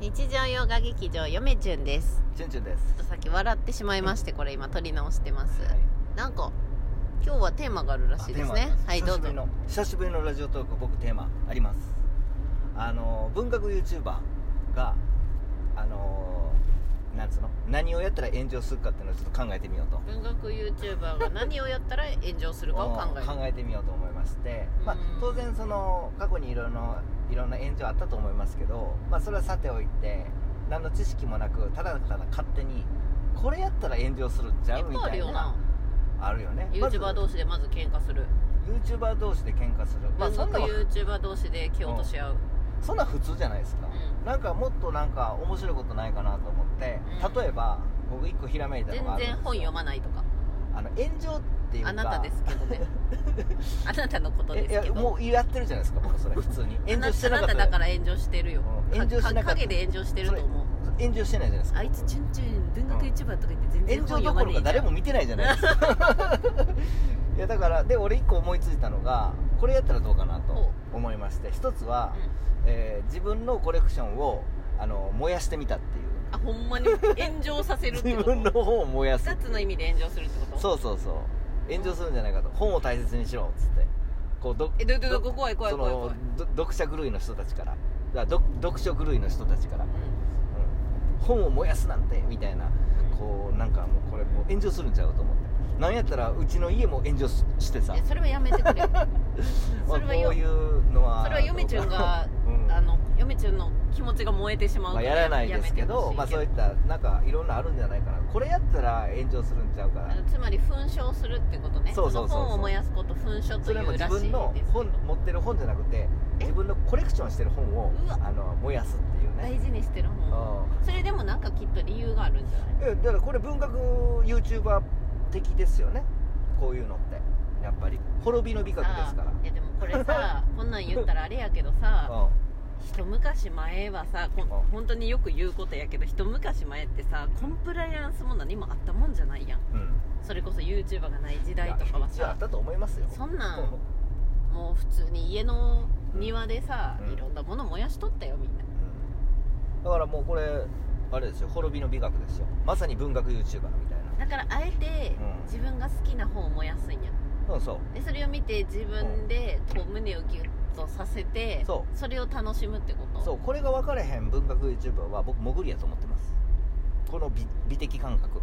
日常洋画劇場よめちゅんですチュンチュンですちょっとさっき笑ってしまいましてこれ今撮り直してます、はいなんか今日はテーマがあるらしいですねあはいテーマありますどう久しぶぞりの久しぶりのラジオトーク僕テーマありますあの文学 YouTuber があのなんつうの何をやったら炎上するかっていうのをちょっと考えてみようと文学 YouTuber が何をやったら炎上するかを考 えるてみようと思いまして、まあうん、当然その過去にいろいろないろんな炎上あったと思いますけど、まあ、それはさておいて何の知識もなくただただ勝手にこれやったら炎上するんちゃいうっみぱいあたるいよななあるよね YouTuber 同士士でまず喧嘩する YouTuber 同士で喧嘩する、まあ、文そん学なは YouTuber 同士で蹴落とし合うそんな普通じゃないですか、うなんかもっとなんか面白いことないかなと思って、うん例えば僕一個ひらめいたの全があるんです然よ本読まないとかあの炎上っていうかあなたですけど ねあなたのことえでいすやけどもうやってるじゃないですか僕 それ普通にあ炎な上してあなかなったただから炎上してるようん炎上してなかった影で炎上してると思う炎上してないじゃないですかあいつチュンチュン文学うん YouTuber とか言って全然炎本読上どまこねえじろゃかん誰も見てないじゃないですか いやだからで俺一個思いついたのがこれやったらどうかなと思いまして一つは、えー自分のコレクションをあの燃やしてみたっていうあほんまに 炎上させるって自こ分のと本を燃やす二つの意味で炎上するってことうそうそうそう炎上するんじゃないかと本を大切にしろっつってこうどえどどど怖い怖いそ怖い怖のいど読者狂いの人たちからだど読書狂いの人たちから、うん本を燃やすなんてみたいなこうなんかもうこれもう炎上するんちゃうと思ってなんやったらうちの家も炎上ししてさいやそれはやめてくれ まそあれはこよういうのはそれは嫁ちゅんがうんあの嫁ちゅんの気持ちが燃えてしまうまかあ、らやらないですけやどめてほまあ、しいけそういったなんかいろんなあるんじゃないかなこれやったら炎上するんちゃうかあなのつまり噴書するってことねそうそうそうそうの本を燃やすこと噴書とそいれもう自らしいです分の本持ってる本じゃなくてえ自分のコレクションしてる本をうわあの燃やすっていう大ね事にしてる本それでもなんかきっと理由があるんじゃないうんえだからこれ文学 YouTuber 的ですよねこういうのってやっぱり滅びの美学ですからいやでもこれ さこんなん言ったらあれやけどさう一昔前はさこんうん本当によく言うことやけど一昔前ってさコンプライアンスも何もあったもんじゃないやんんうんそれこそ YouTuber がない時い代やとかは一応あさったと思いますよそんなんもう普通に家の庭でさ、うんいろんなもの燃やしとったよみんなうんだからもうこれあれですよ滅びの美学ですよまさに文学 YouTuber みたいだからあえてうん自分が好きな本を燃やすんやなうんそうでそれを見て自分でこう胸をギュッとさせてそれを楽しむってことそうこれが分かれへん文学 YouTuber は僕潜りやと思ってますこの美美的感覚う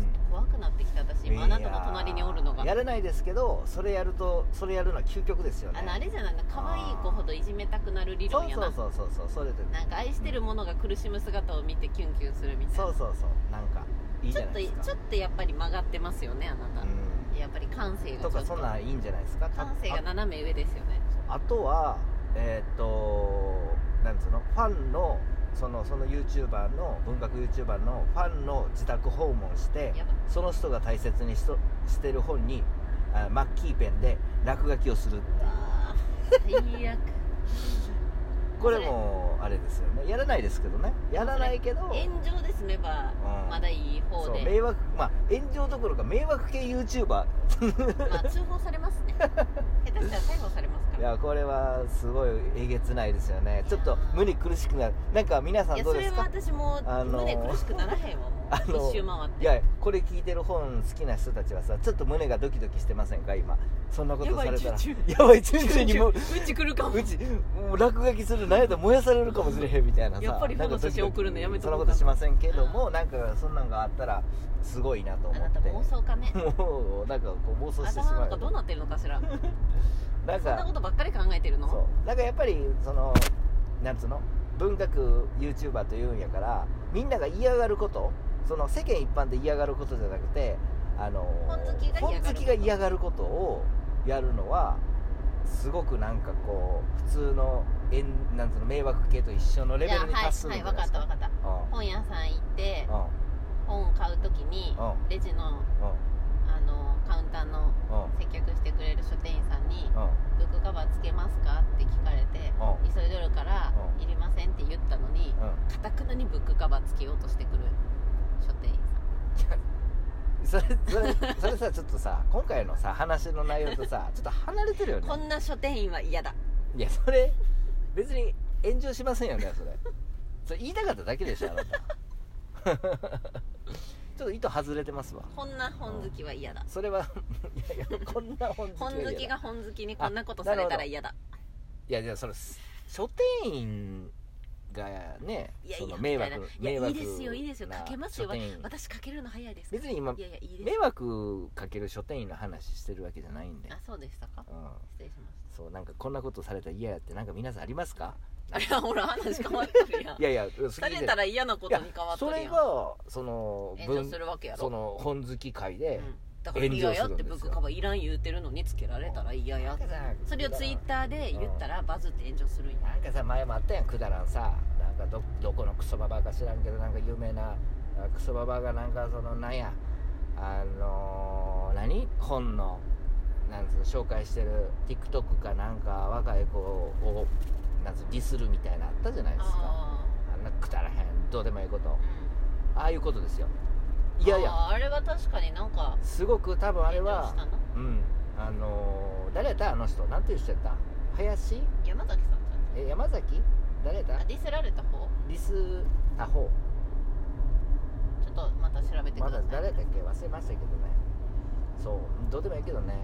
ん怖くなってきた私今あなたの隣におるのがいやーやれないですけどそれやるとそれやるのは究極ですよねあのあれじゃないの可愛い子ほどいじめたくなる理論やなそうそうそうそうそうそれでなんか愛してるものが苦しむ姿を見てキュンキュンするみたいなそうそうそうなんかいいちじょゃっないとですちかょっとやっぱり曲がってますよねあなた、やっぱり感性うがん、ちょとっとかそんなんいいんじゃないですか感性あが斜め上ですよねあとはえーっとなんつうのファンのそのその YouTuber の文学 YouTuber のファンの自宅訪問してやば その人が大切にしとしてる本にあマッキーペンで落書きをするあー最悪これもあれですよねやらないですけどねやらないけど、炎上ですめばうんまだいい方そうで、迷惑まあ炎上どころか迷惑系 YouTuber まあ通報されます ね下手したら逮捕されますかいらやこれはすごいえげつないですよねちょっと胸苦しくなるなんか皆さいんやどうそでれすはか私もあの胸苦しくならへんわもうあの一周回っていやこれ聞いてる本好きな人たちはさちょっと胸がドキドキしてませんか今そんなことされたらやばいチュ ンチュンにもううち来るかもうちもう落書きするなんやったら燃やされるかもしれへんみたいなさやっぱり本の写真送るのやめとそんこなうこかとしませんけどもなんかそんなんがあったらすごいなとあ思なったて妄想家ねもうなんかこう妄想してし頭のまう中どうなってるのかしらなんそんなかことばっかり考えてるのそうなんかやっぱりそのなんつうの文学 YouTuber というんやからみんなが嫌がることその世間一般で嫌がることじゃなくてあの本好きが嫌がること本好きが嫌がることをやるのはすごくなんかこう普通のえんなんつうの迷惑系と一緒のレベルにじゃあ達するはんい、じはい、分かっゃないですたか分かった本屋さん行ってうんうん本を買う時にうんレジのうんあのカウンターのうん接客してくれる書店員さんにうん「ブックカバーつけますか?」って聞かれてうん急いどるから「うんいりません」って言ったのにうんかたくなにブックカバーつけようとしてくる書店員さんそれそれそれさちょっとさ今回のさ話の内容とさちょっと離れてるよねこんな書店員は嫌だいやそれ別に炎上しませんよねそれそれ言いたかっただけでしょあなた ちょっと糸外れてますわこんな本好きは嫌だそれはいやいやこんな本好きは本嫌だ好きが本好きにこんなことされたら嫌だいやいやそのす書店員がねいやいそやの迷惑みたいないや迷い惑いですよいいですよなかけますよ書店員私かけるの早いですから別に今いやいやいいです迷惑かける書店員の話してるわけじゃないんであそうでしたかうん失礼しましそうなんかこんなことされたら嫌やってなんか皆さんありますかたあれはほら話変わってるやんいやいや好きされたら嫌なことに変わってそるれやんがその炎上文するわけやろその本好き会うで、んだから嫌やってブックカバーいらん言うてるのにつけられたら嫌やってそれをツイッターで言ったらバズって炎上するんやなんかさ前もあったやんくだらんさなんかどどこのクソババアか知らんけどなんか有名なあクソババアがなんかそのなんやあのー何本のなんつうの紹介してる TikTok かなんか若い子をなんつうディスるみたいなあったじゃないですかああんなくだらへんどうでもいいことーうんああいうことですよいやいやあーあれは確かになんかすごく多分あれ炎上はしたなうんあのー誰やったあの人なんていう人やった林山崎さんじえ山崎誰やっゃんあたディスられた方リスタホちょっとまた調べてくまださだい誰だっけ忘れましたけどねそうどうでもいいけどね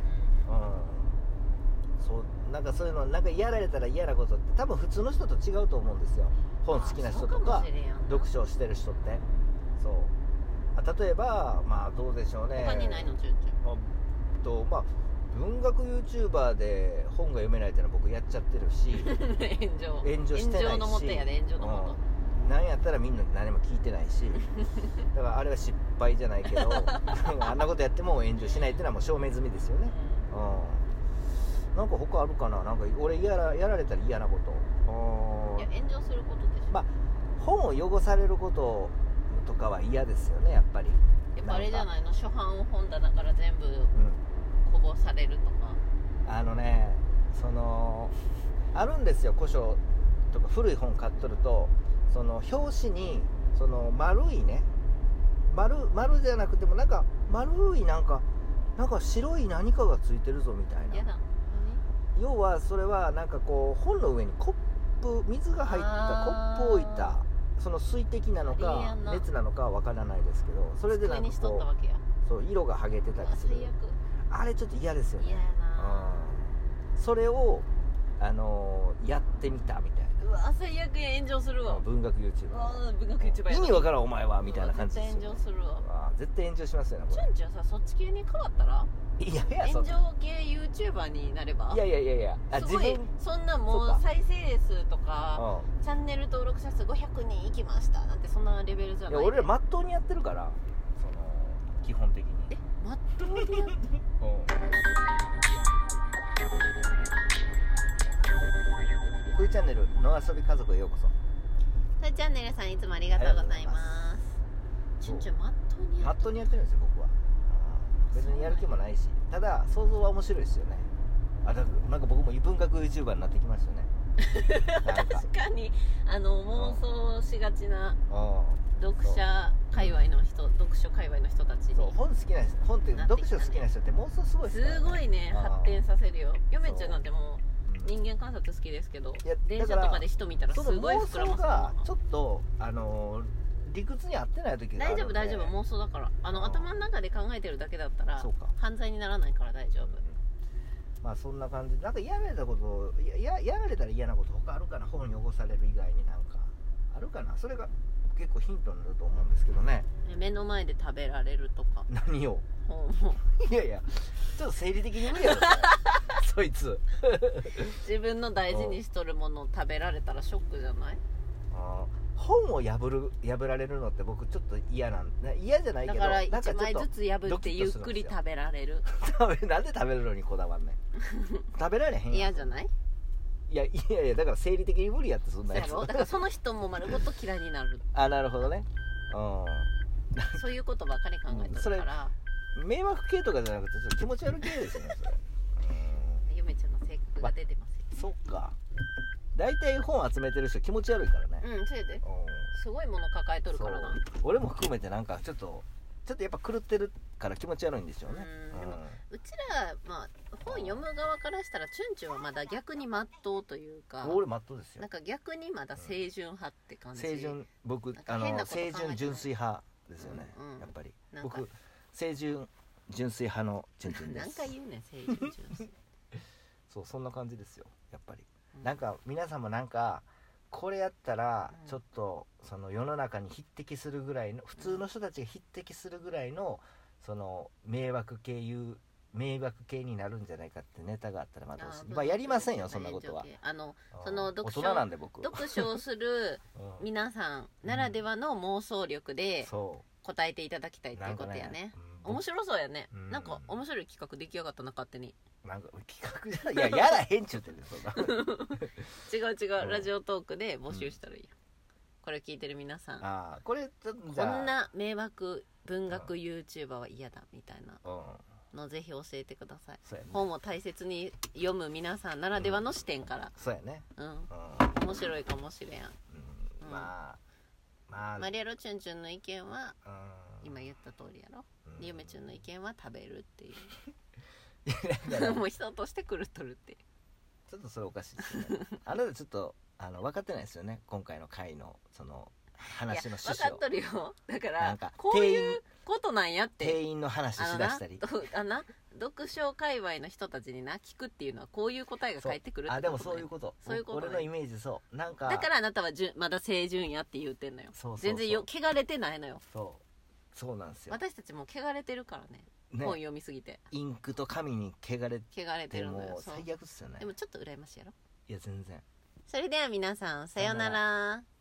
うんそうなんかそういうのなんかやられたら嫌なことって多分普通の人と違うと思うんですよ本好きな人とか読書書をしてる人ってそうあ例えばまあどうでしょうね他にないのちゅうちゅまあとまあ文学 YouTuber で本が読めないっていうのは僕やっちゃってるしう 炎上炎上してないし炎上のもとやで炎上のもうん、なんやったらみんな何も聞いてな いしだからあれは失敗じゃないけど あんなことやっても炎上しないっていうのはもう証明済みですよとねうんなんか他あるかななんか俺やらやられたら嫌なことうんうんいや炎上することでしょまあ本を汚されることとかは嫌ですよねやっぱりやっぱあれじゃないの初版を本棚から全部うんこぼされるとかあのねそのあるんですよ古書とか古い本買っとるとその表紙にその丸いね丸丸じゃなくてもなんか丸いなんかなんか白い何かがついてるぞみたい嫌なだ要はそれはなんかこう本の上にコップ水が入ったあーコップを置いたその水滴なのありえかんな熱なのかはわからないですけどそれでな机んにかしとっこたわけやうそう色が剥げてたうりわす最る悪あれちょっと嫌ですよね嫌やなそれを、あのーやってみたみたいうわ最悪や炎上するなわ文学うわ YouTuber 文学 YouTuber やな意味わからんお前はみたいな感じうでわす絶対炎よ上するわあー絶対炎上しますよねこチュンチュンさそっち系に変わったられいやいやそ炎んな上系 YouTuber になればいやいやいやいやあす自ごい分そんなもそううか再生数とかうチャンネル登録者数500人いきましたなんてそんなレベルじゃんいなやい俺らまっとうにやってるからその基本的にえまっとうでやってうんクイチャンネル「野遊び家族」へようこそさあチャンネルさんいつもありがとうございますチュンチュンまっとうにまやっとうにやってるんですよ僕はあー別にやる気もないしただ想像は面白いですよねあだなんか僕も文学 YouTuber になってきましたね なんか確かにあの妄想しがちなう読者界隈の人読書界隈の人たちにんそう本好きな人本っていうかなってき読た書ね好きな人って妄想すごいですからねすごいねあー発展させるよヨメちゃんなんてもうんう人間観察好きですけどいや電車だらとかで人見たらすそのごい妄膨ら想ませるがもんちょっとあのー理屈に合ってない時があ大丈るんで夫大丈夫妄想だからあうんの頭の中で考えてるだけだったらそうか犯罪にならないから大丈夫まあそんな感じなんかやられたこといやややられたら嫌なこと他あるかな本汚される以外になんかあるかなそれが結構ヒントになると思うんですけどね目の前で食べられるとか何を本をいやいやちょっと生理的に無理やろ それそいつ自分の大事にしとるものを食べられたらショックじゃないあー本を破る破られるのって僕ちょっと嫌なんな嫌じゃないだけどからなん1枚ずつ破っドキてッとゆっするんですよくり食べられる食べ なんで食べるのにこだわんねん食べられへんや嫌んじゃないいやいやいやだから生理的に無理やってそんそなうややつろだからその人も丸ごと嫌いになる あなるほどねうんそういうことばかり考えそとれるから迷惑系とかじゃなくてちょっと気持ち悪い系ですよねそれゆめちゃんの性格が出てますようんそっか大体本集めてる人気持ち悪いからね、うんそれですうんごいもの抱えとるからなそう俺も含めてなんかちょっとちょっとやっぱ狂ってるから気持ち悪いんでしょうねうんでもうちら、まあ、本読む側からしたらチュンチュンはまだ逆にまっとうというかうん、俺マットですよなんか逆にまだ青春派って感じ、清純僕なんかあの変な青こと考えてない純純粋派ですよね、うんうんやっぱりなんか僕清純純粋派のチュンチュンで何す回言うねん青春純 粋そうそんな感じですよやっぱり、うんなんか皆さんもなんかこれやったらうんちょっとその世の中に匹敵するぐらいの普通の人たちが匹敵するぐらいのその迷惑系いう迷惑系になるんじゃないかってネタがあったらまた教えてまあやりませんよそんなことはあのうんその読書大人なんで僕、読書をするうん皆さんならではの妄想力でそ答えていただきたいうっていうことやねなんか面白そうやね、うんなんか面白い企画出来上がったな勝手になんか企画じゃないいややらへんちゅうてる そんな違う違う、うんラジオトークで募集したらいいよ、これ聞いてる皆さんああこれちょっとじこゃあんな迷惑文学 YouTuber は嫌だみたいなうんのぜひ教えてくださいそうやね本を大切に読む皆さんならではの視点からそうやねうん、うん面白いかもしれん、うんうんまあまあマリアロチュンチュンの意見はうん今言った通りやろ、うんで嫁チュンの意見は食べるっていうい やもう人として狂っとるってちょっとそれおかしいですよねあなたちょっとあの分かってないですよね今回の回のその話の分趣か旨っをとるよだかならんかこういうことなんやって店員の話あのしだなしたりとあな読書界隈の人たちにな聞くっていうのはこういう答えが返ってくるってあでもそういねうことそういうことね俺のイメージそうなんかだからあなたはじゅまだ清純やって言うてんのよそうそうそう全然よ汚れてないのよそうそうなんですよ、私たちもう汚れてるからねね本読みすぎてインクと紙に汚れ汚れててるのもようそう最悪っすよねでもちょっと羨ましいやろいや全然それでは皆さんさようなさよら